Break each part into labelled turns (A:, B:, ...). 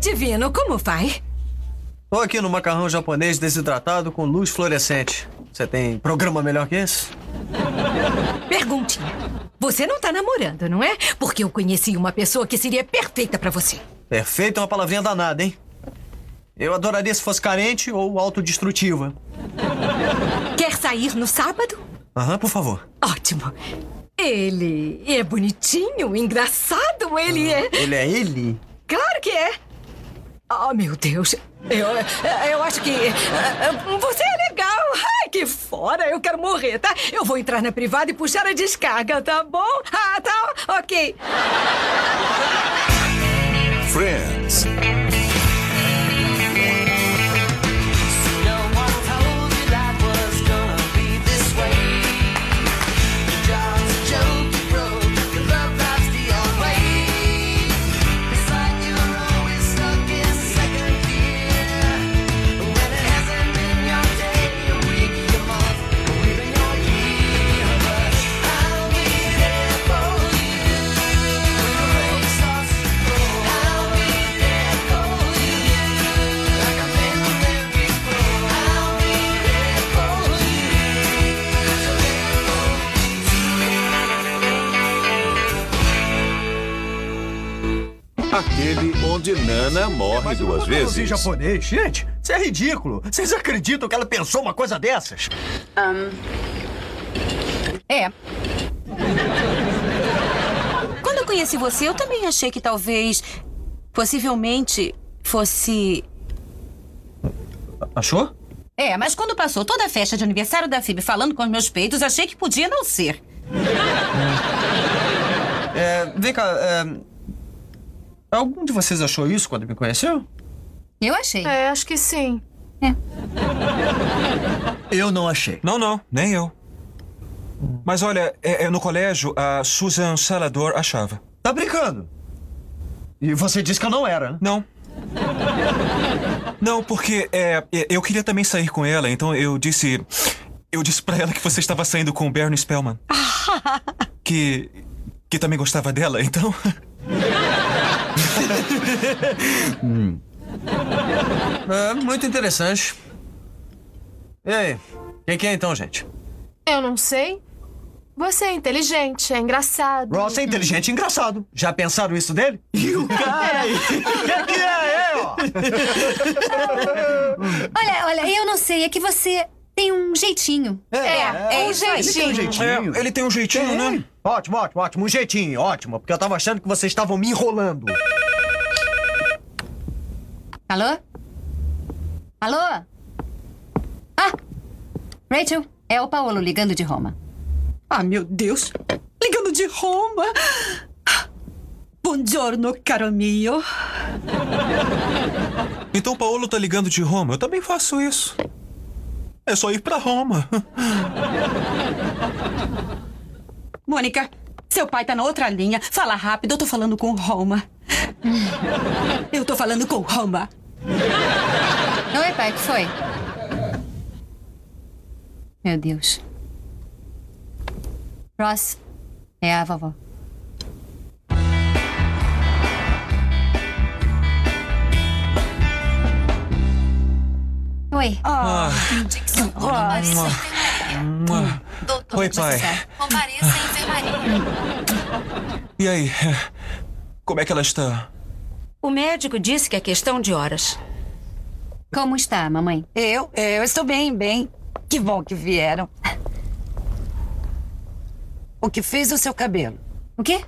A: Divino, como vai?
B: Tô aqui no macarrão japonês desidratado com luz fluorescente. Você tem programa melhor que esse?
A: Perguntinha. Você não tá namorando, não é? Porque eu conheci uma pessoa que seria perfeita pra você.
B: Perfeito é uma palavrinha danada, hein? Eu adoraria se fosse carente ou autodestrutiva.
A: Quer sair no sábado?
B: Aham, por favor.
A: Ótimo. Ele é bonitinho, engraçado, ele é.
B: Ele é ele?
A: Claro que é. Oh, meu Deus. Eu, eu acho que. eh, Você é legal. Ai, que fora. Eu quero morrer, tá? Eu vou entrar na privada e puxar a descarga, tá bom? Ah, tá. Ok.
C: Friends.
D: No one told you life was gonna be this way. Your job's a joke you broke. Your love life's the old way. It's like you're always stuck in second gear when it hasn't been your day, your week, your month, or even your year. But I'll be there for you when the road starts to roll. I'll be there for you like I've been there before. I'll be there for you. So let go.
C: Aquele onde Nana morre duas
B: Em
C: vezes.
B: assim, japonês. Gente, isso é ridículo. Vocês acreditam que ela pensou uma coisa dessas?
E: É. Quando eu conheci você, eu também achei que talvez. Possivelmente fosse.
B: Achou?
E: É, mas quando passou toda a festa de aniversário da FIB falando com os meus peitos, achei que podia não ser.
B: É, vem cá, é... Algum de vocês achou isso quando me conheceu?
E: Eu achei.
F: É, acho que sim.
B: Eu não achei.
G: Não, não, nem eu. Mas olha, é, é, no colégio, a Susan Salador achava.
B: Tá brincando? E você disse que eu não era, né?
G: Não. Não, porque é, é, eu queria também sair com ela, então eu disse. Eu disse pra ela que você estava saindo com o Bernie Spellman. Que. que também gostava dela, então.
B: É, muito interessante. E aí? Quem que é então, gente?
F: Eu não sei. Você é inteligente, é engraçado.
B: Ross é inteligente e engraçado. Já pensaram isso dele? E o cara? que que é, é, ó?
H: Olha, olha, eu não sei, é que você tem um jeitinho.
F: É, um jeitinho.
G: É, ele tem um jeitinho, né?
B: Ótimo, ótimo, ótimo. Um jeitinho, ótimo. Porque eu tava achando que vocês estavam me enrolando.
H: Alô? Alô? Ah! Rachel, é o Paolo ligando de Roma.
E: Ah, meu Deus! Ligando de Roma! Buongiorno, caro mio.
G: Então o Paolo tá ligando de Roma. Eu também faço isso. É só ir pra Roma.
E: Mônica, seu pai tá na outra linha. Fala rápido, eu tô falando com Roma. Eu tô falando com Roma.
H: Oi, é pai, que foi? Meu Deus. Ross, é a vovó. Oi.
G: Ah,
H: Ross.
G: mua. Oi, pai.
I: Compareça à enfermaria.
G: E aí? Como é que ela está?
A: O médico disse que é questão de horas.
H: Como está, mamãe?
J: Eu, eu estou bem, bem. Que bom que vieram. O que fez o seu cabelo?
H: O quê?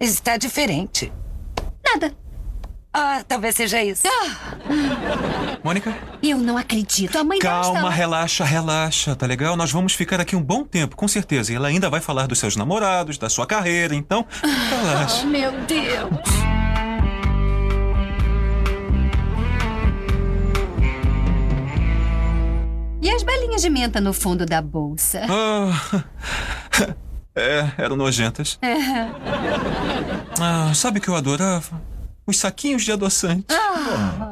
J: Está diferente.
H: Nada.
J: Ah, talvez seja isso.
A: Ah!
G: Mônica?
I: Então
H: Eu não acredito. A mãe dela
G: Calma,
H: estava...
G: relaxa, relaxa, tá legal? Nós vamos ficar aqui um bom tempo, com certeza. E ela ainda vai falar dos seus namorados, da sua carreira, então. Relaxa.
H: Meu Deus. E as balinhas de menta no fundo da bolsa?
G: Ah, é, eram nojentas. Ah, sabe o que eu adorava? Os saquinhos de adoçante.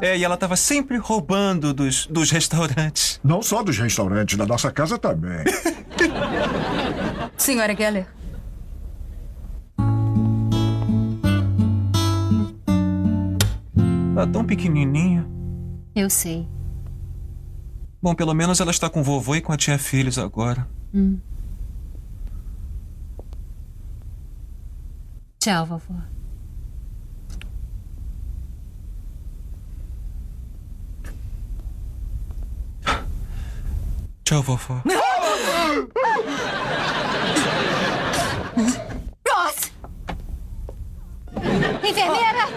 G: É, e ela tava sempre roubando dos, dos restaurantes.
K: Não só dos restaurantes, da nossa casa também.
E: Senhora Geller.
G: Tá tão pequenininha.
H: Eu sei.
G: Bom, pelo menos ela está com o vovô e com a tia Filhos agora.
H: Hum. Tchau, vovô.
G: Tchau, vovó.
H: Ross! Enfermeira!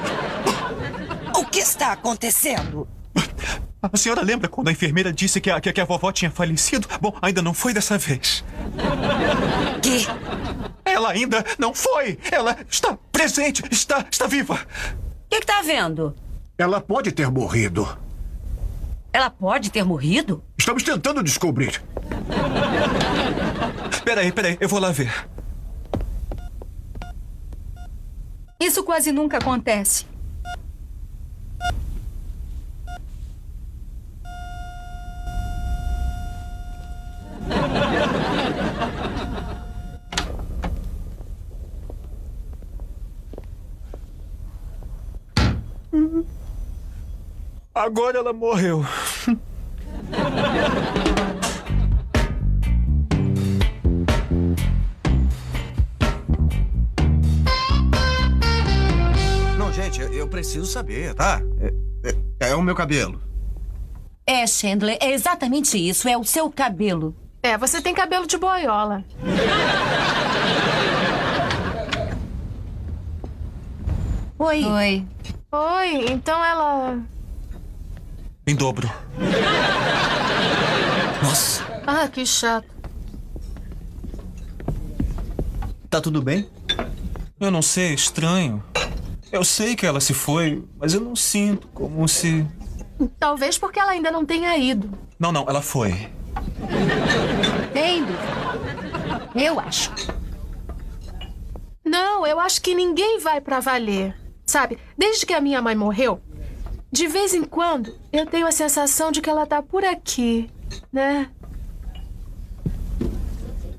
J: O que está acontecendo?
G: A senhora lembra quando a enfermeira disse que a, que, a- que a vovó tinha falecido? Bom, ainda não foi dessa vez.
J: Que?
G: Ela ainda não foi! Ela está presente! Está, está viva!
J: O que está vendo?
K: Ela pode ter morrido.
J: Ela pode ter morrido?
K: Estamos tentando descobrir.
G: Peraí, peraí, eu vou lá ver.
L: Isso quase nunca acontece.
G: Agora ela morreu.
B: Não, gente, eu, eu preciso saber, tá? É, é- é o meu cabelo.
F: É, Chandler, é exatamente isso. É o seu cabelo. É, você tem cabelo de boiola. Oi. Oi. Oi, então ela.
G: Em dobro. Nossa.
F: Ah, que chato.
B: Tá tudo bem?
G: Eu não sei, é estranho. Eu sei que ela se foi, mas eu não sinto como se.
F: Talvez porque ela ainda não tenha ido.
G: Não, não, ela foi.
F: Entendo. Eu acho. Não, eu acho que ninguém vai pra valer. Sabe, desde que a minha mãe morreu, de vez em quando eu tenho a sensação de que ela tá por aqui, né?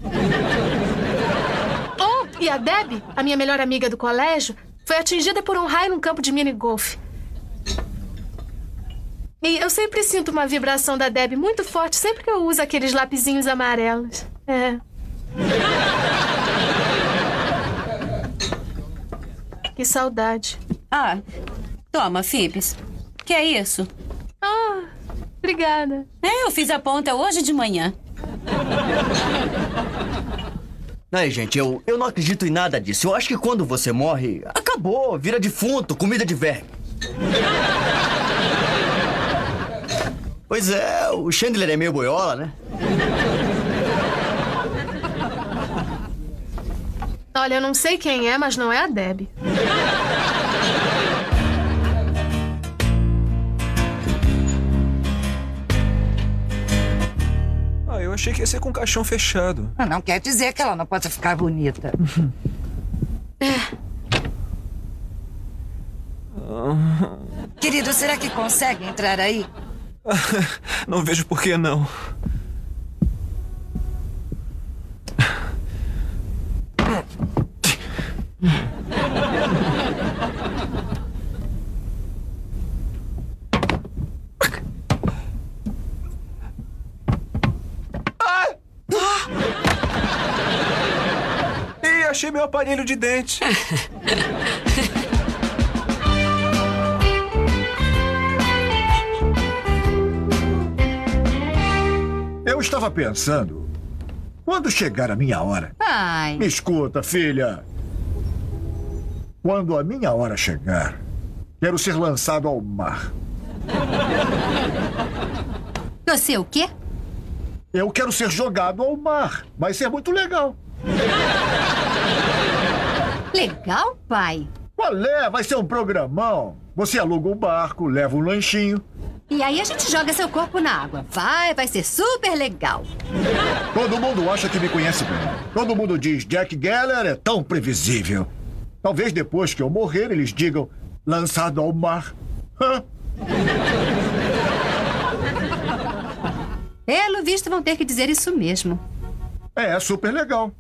F: Oh, e a Deb, a minha melhor amiga do colégio, foi atingida por um raio num campo de minigolfe. E eu sempre sinto uma vibração da Deb muito forte sempre que eu uso aqueles lapisinhos amarelos. É. Que saudade.
E: Ah, toma, Phoebs. Que é isso?
F: Ah, obrigada.
E: É, eu fiz a ponta hoje de manhã.
M: Aí, gente, eu, eu não acredito em nada disso. Eu acho que quando você morre, acabou, vira defunto, comida de verme. Pois é, o Chandler é meio boiola, né?
F: Olha, eu não sei quem é, mas não é a Deb.
G: Ah, eu achei que ia ser com o caixão fechado.
J: Ah, Não quer dizer que ela não possa ficar bonita.
A: É.
J: Querido, será que consegue entrar aí?
G: Não vejo por que não. Ah! Ah! Ih, achei meu aparelho de dente.
K: Eu estava pensando. Quando chegar a minha hora.
H: Ai.
K: Me escuta, filha. Quando a minha hora chegar, quero ser lançado ao mar.
H: Você o quê?
K: Eu quero ser jogado ao mar. Vai ser muito legal.
H: Legal, pai.
K: Qual é? Vai ser um programão. Você aluga um barco, leva um lanchinho.
H: E aí a gente joga seu corpo na água. Vai, vai ser super legal.
K: Todo mundo acha que me conhece bem. Todo mundo diz Jack Geller é tão previsível. Talvez depois que eu morrer eles digam lançado ao mar. Hã?
H: Pelo visto, vão ter que dizer isso mesmo.
K: É super legal.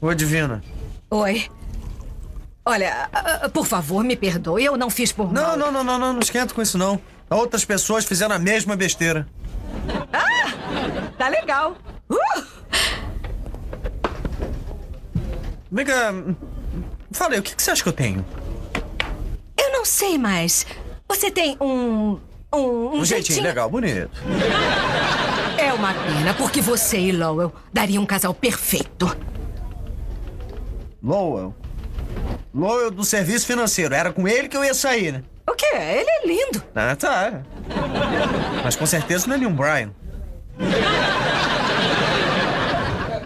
B: Ô, Divina.
A: Oi. Olha, ah, ah, por favor, me perdoe, eu não fiz por
B: Não, não, não, não, não, não esquenta com isso, não. Outras pessoas fizeram a mesma besteira.
A: Tá legal. Uh!
B: Vem cá. Fala aí, o que, que você acha que eu tenho?
A: Eu não sei mais. Você tem um. Um, um
B: Um jeitinho legal, bonito.
A: É uma pena, porque você e Lowell dariam um casal perfeito.
B: Lowell. Lowell do serviço financeiro. Era com ele que eu ia sair, né?
A: O quê? Ele é lindo.
B: Ah, tá. Mas com certeza não é nenhum Brian.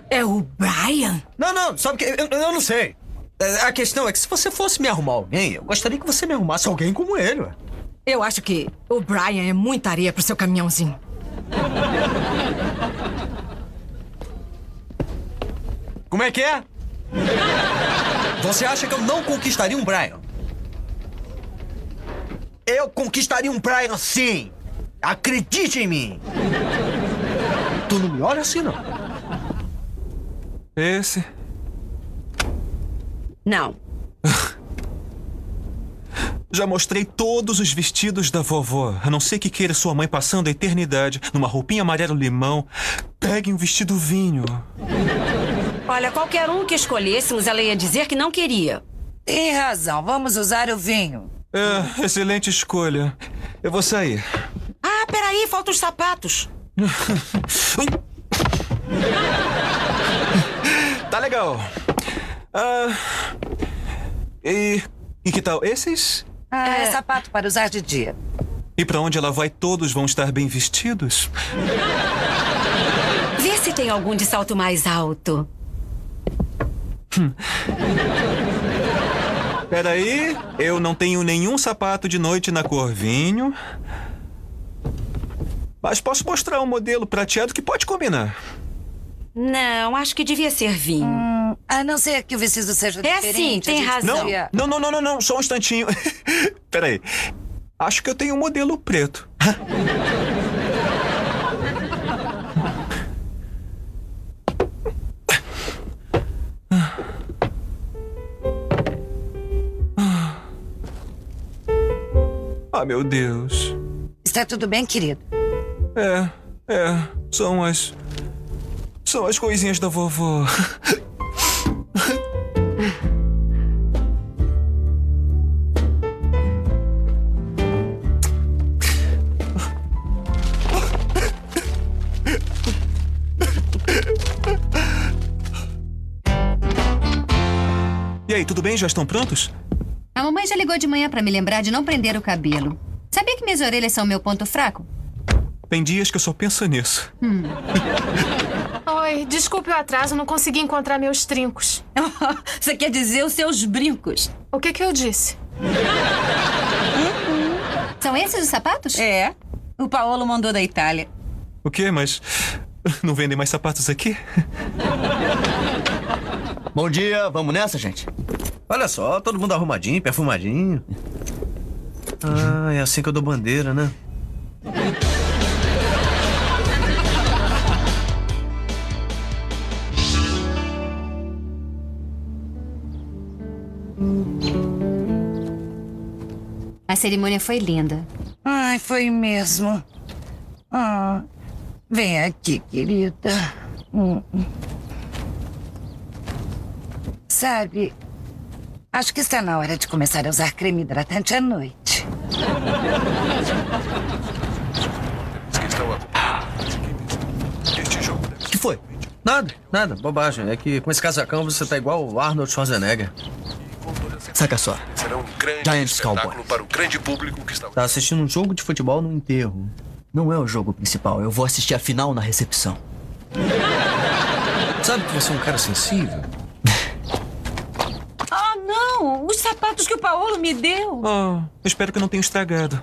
A: É o Brian?
B: Não, não, sabe que eu, eu não sei. É, A questão é que se você fosse me arrumar alguém, eu gostaria que você me arrumasse alguém como ele, ué.
A: Eu acho que o Brian é muita areia pro seu caminhãozinho.
B: Como é que é? Você acha que eu não conquistaria um Brian? Eu conquistaria um Brian sim! Acredite em mim! Tu não me olha assim, não.
G: Esse.
J: Não.
G: Já mostrei todos os vestidos da vovó, a não ser que queira sua mãe passando a eternidade numa roupinha amarelo-limão. Pegue um vestido vinho.
J: Olha, qualquer um que escolhêssemos, ela ia dizer que não queria. Tem razão. Vamos usar o vinho.
G: É, excelente escolha. Eu vou sair.
J: Ah, peraí, faltam os sapatos.
G: Tá legal. Ah. e. E que tal esses?
J: É, sapato para usar de dia.
G: E pra onde ela vai, todos vão estar bem vestidos?
J: Vê se tem algum de salto mais alto.
G: Peraí, eu não tenho nenhum sapato de noite na cor vinho. Mas posso mostrar um modelo prateado que pode combinar.
J: Não, acho que devia ser vinho. a não ser que o vestido seja é
G: diferente,
J: sim, tem razão.
G: Não, não, não, não, não, só um instantinho. Peraí. Acho que eu tenho um modelo preto. Ah, meu Deus.
J: Está tudo bem, querido?
G: É, é. São as. São as coisinhas da vovó. E aí, tudo bem? Já estão prontos?
I: A mamãe já ligou de manhã pra me lembrar de não prender o cabelo. Sabia que minhas orelhas são meu ponto fraco?
G: Tem dias que eu só penso nisso.
F: Oi, desculpe o atraso, não consegui encontrar meus trincos.
J: Você quer dizer os seus brincos?
F: O que que eu disse?
I: São esses os sapatos?
J: É. O Paolo mandou da Itália.
G: O quê? Mas. Não vendem mais sapatos aqui?
M: Bom dia, vamos nessa, gente?
B: Olha só, todo mundo arrumadinho, perfumadinho. Ah, é assim que eu dou bandeira, né?
I: A cerimônia foi linda.
J: Ai, foi mesmo. Ah, vem aqui, querida. Hum. Sabe, acho que está na hora de começar a usar creme hidratante à noite.
B: O que foi? Nada, nada, bobagem. É que com esse casacão você tá igual o Arnold Schwarzenegger.
M: Saca só.
N: Será um grande
M: Giants
N: espetáculo
M: Cowboys.
N: para o grande público que está
B: Tá assistindo um jogo de futebol no enterro.
M: Não é o jogo principal, eu vou assistir a final na recepção.
B: Sabe que você é um cara sensível?
J: Ah, não! Os sapatos que o Paolo me deu.
G: Oh, espero que não tenha estragado.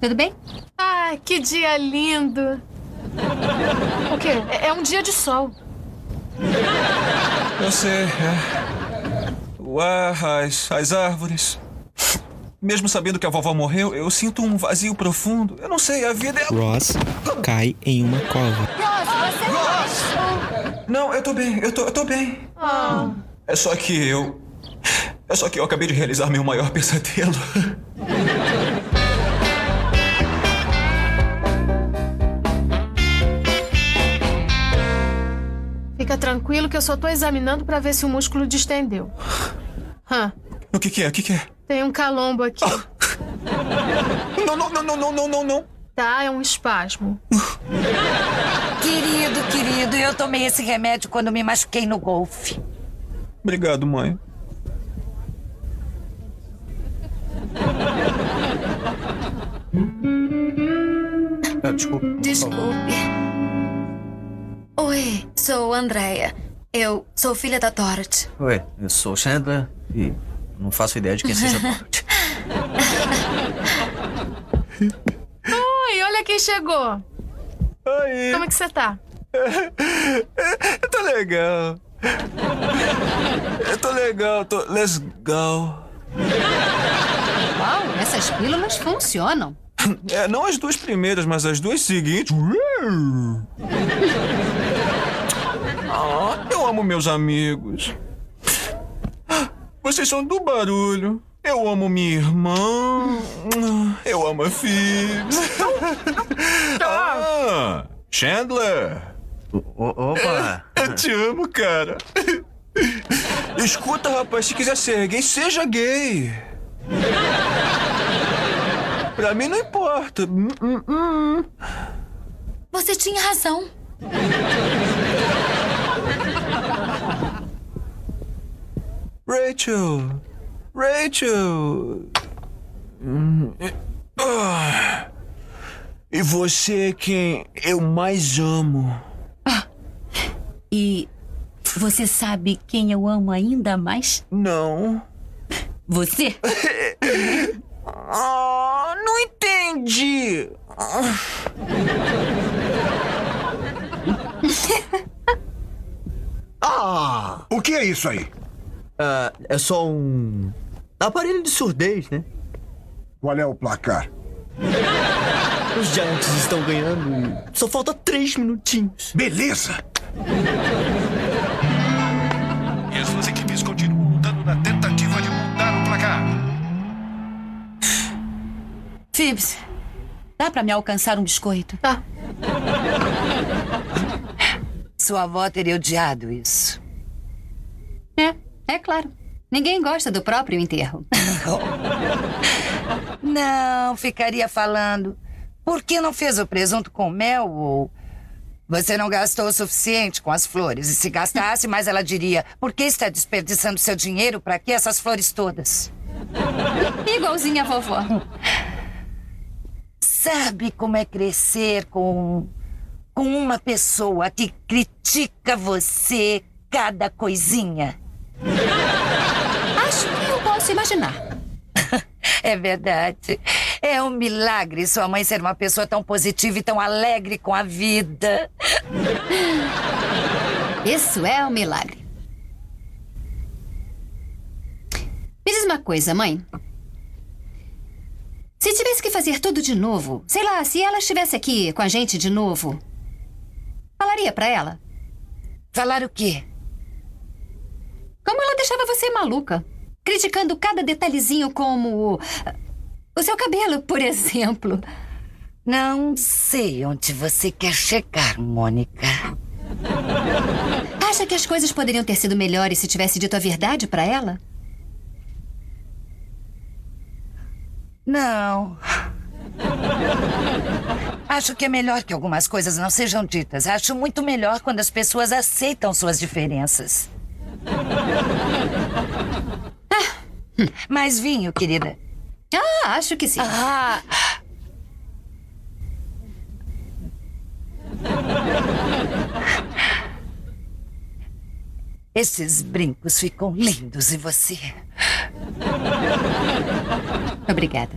I: Tudo bem?
F: Ah, que dia lindo. O quê? É- É um dia de sol.
G: Eu sei, é. O ar, as, as árvores. Mesmo sabendo que a vovó morreu, eu sinto um vazio profundo. Eu não sei, a vida é.
O: Ross cai em uma cova.
I: Ross, você... Ross!
G: Não, eu tô bem, eu tô, eu tô bem.
F: Ah.
G: É só que eu. É só que eu acabei de realizar meu maior pesadelo.
F: Fica tranquilo que eu só tô examinando pra ver se o músculo distendeu. Hã,
G: O que que é? O que que é?
F: tem um calombo aqui.
G: Não, não, não, não, não, não, não, não.
F: Tá, é um espasmo.
J: Querido, querido, eu tomei esse remédio quando me machuquei no golfe.
G: Obrigado, mãe.
M: Ah, desculpa.
I: Desculpe. Oi, sou Andrea. Eu sou filha da Dorothy.
M: Oi, eu sou o Chandler e não faço ideia de quem seja.
F: Oi, olha quem chegou.
G: Oi.
F: Como é que você tá?
G: Eu tô legal. Eu tô legal, tô legal.
I: Uau, essas pílulas funcionam.
G: É, não as duas primeiras, mas as duas seguintes. Ah, eu amo meus amigos. Vocês são do barulho. Eu amo minha irmã. Eu amo a Phoebe. Ah, Chandler.
M: opa.
G: Eu te amo, cara. Escuta, rapaz, se quiser ser gay, seja gay. Pra mim não importa. Hum, hum, hum.
I: Você tinha razão.
G: Rachel! Rachel! Hum, e- ah. E você é quem eu mais amo.
N: E você sabe quem eu amo ainda mais?
G: Não.
N: Você?
G: Ah, não entendi.
M: Ah!
K: O que é isso aí?
M: é só um. aparelho de surdez, né?
K: Qual é o placar?
M: Os Giants estão ganhando. Só falta três minutinhos.
K: Beleza!
O: E as duas equipes continuam lutando na tentativa de mudar o placar.
E: Phoebs, dá pra me alcançar um biscoito? Tá.
J: Sua avó teria odiado isso.
I: É, é claro. Ninguém gosta do próprio enterro.
J: Não, ficaria falando. Por que não fez o presunto com mel ou. Você não gastou o suficiente com as flores. E se gastasse, mais ela diria: por que está desperdiçando seu dinheiro para que essas flores todas?
I: Igualzinha a vovó.
J: Sabe como é crescer com. com uma pessoa que critica você cada coisinha?
I: Acho que eu posso imaginar.
J: É verdade. É um milagre sua mãe ser uma pessoa tão positiva e tão alegre com a vida.
I: Isso é um milagre. Me diz uma coisa, mãe. Se tivesse que fazer tudo de novo, sei lá, se ela estivesse aqui com a gente de novo, falaria pra ela?
J: Falar o quê?
I: Como ela deixava você maluca, criticando cada detalhezinho como ah, o seu cabelo, por exemplo.
J: Não sei onde você quer chegar, Mônica.
I: Acha que as coisas poderiam ter sido melhores se tivesse dito a verdade pra ela?
J: Não. Acho que é melhor que algumas coisas não sejam ditas. Acho muito melhor quando as pessoas aceitam suas diferenças. Ah, mais vinho, querida.
I: Ah, acho que sim.
J: Ah. Esses brincos ficam lindos e você.
I: Obrigada.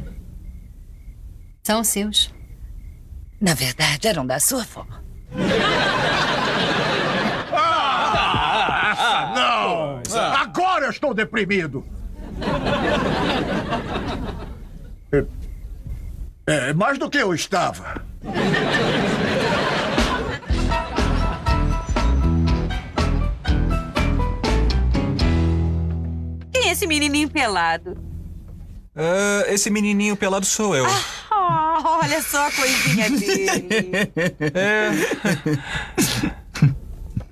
I: São seus.
J: Na verdade, eram da sua avó.
K: Não! Agora eu estou deprimido! É, é mais do que eu estava.
E: Quem é esse menininho pelado?
G: Ah, esse menininho pelado sou eu.
E: Oh, olha só a coisinha dele.
G: É.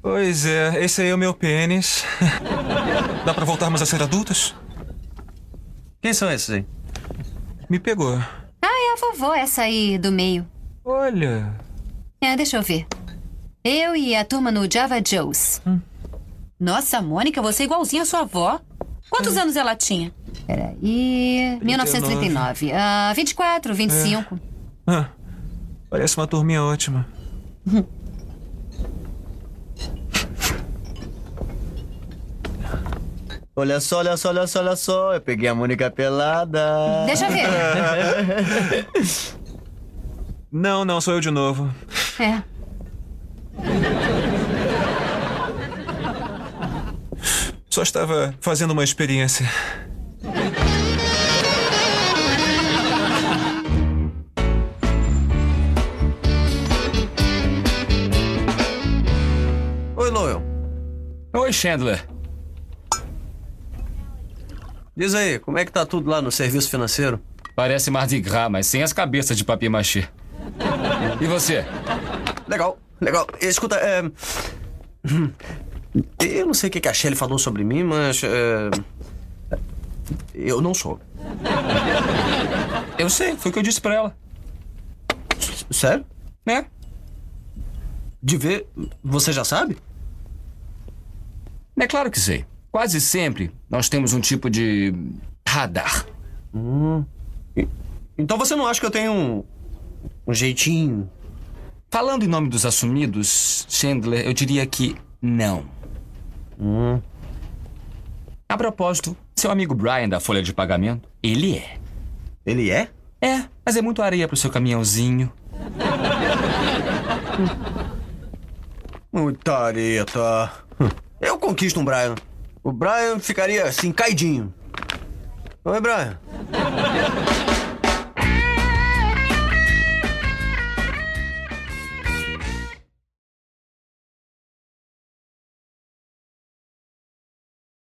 G: Pois é, esse aí é o meu pênis. Dá pra voltarmos a ser adultos? Quem são esses aí? Me pegou.
I: Ah, é a vovó essa aí do meio.
G: Olha.
I: É, deixa eu ver. Eu e a turma no Java Joe's.
E: Nossa, Mônica, você é igualzinha à sua avó. Quantos anos ela tinha?
I: Peraí. 1939. Ah, 24, 25.
G: Ah, parece uma turminha ótima.
D: Olha só, olha só, olha só, olha só. Eu peguei a Mônica
B: É.
D: pelada.
I: Deixa eu
D: ver.
G: Não, não, sou eu de novo.
I: É.
G: Só estava fazendo uma experiência.
B: Oi, Loyal. Oi, Chandler. Diz aí, como é que tá tudo lá no serviço financeiro? Parece Mardi Gras, mas sem as cabeças de papier machê. E você?
D: Legal, legal. Escuta, é.
B: Hum. Eu não sei o que que a Shelley falou sobre mim, mas. é, Eu não sou. Eu sei, foi o que eu disse pra ela. S- Sério? É. De ver, você já sabe?
P: É claro que sei. Quase sempre nós temos um tipo de radar.
B: Hum. E- Então você não acha que eu tenho um. um jeitinho?
P: Falando em nome dos assumidos, Chandler, eu diria que não.
B: Hum.
P: A propósito, seu amigo Brian da Folha de Pagamento, ele é.
B: Ele é?
P: É, mas é muito areia pro seu caminhãozinho.
B: Muita areta. Hum. Eu conquisto um Brian. O Brian ficaria assim, caidinho. Oi, Brian.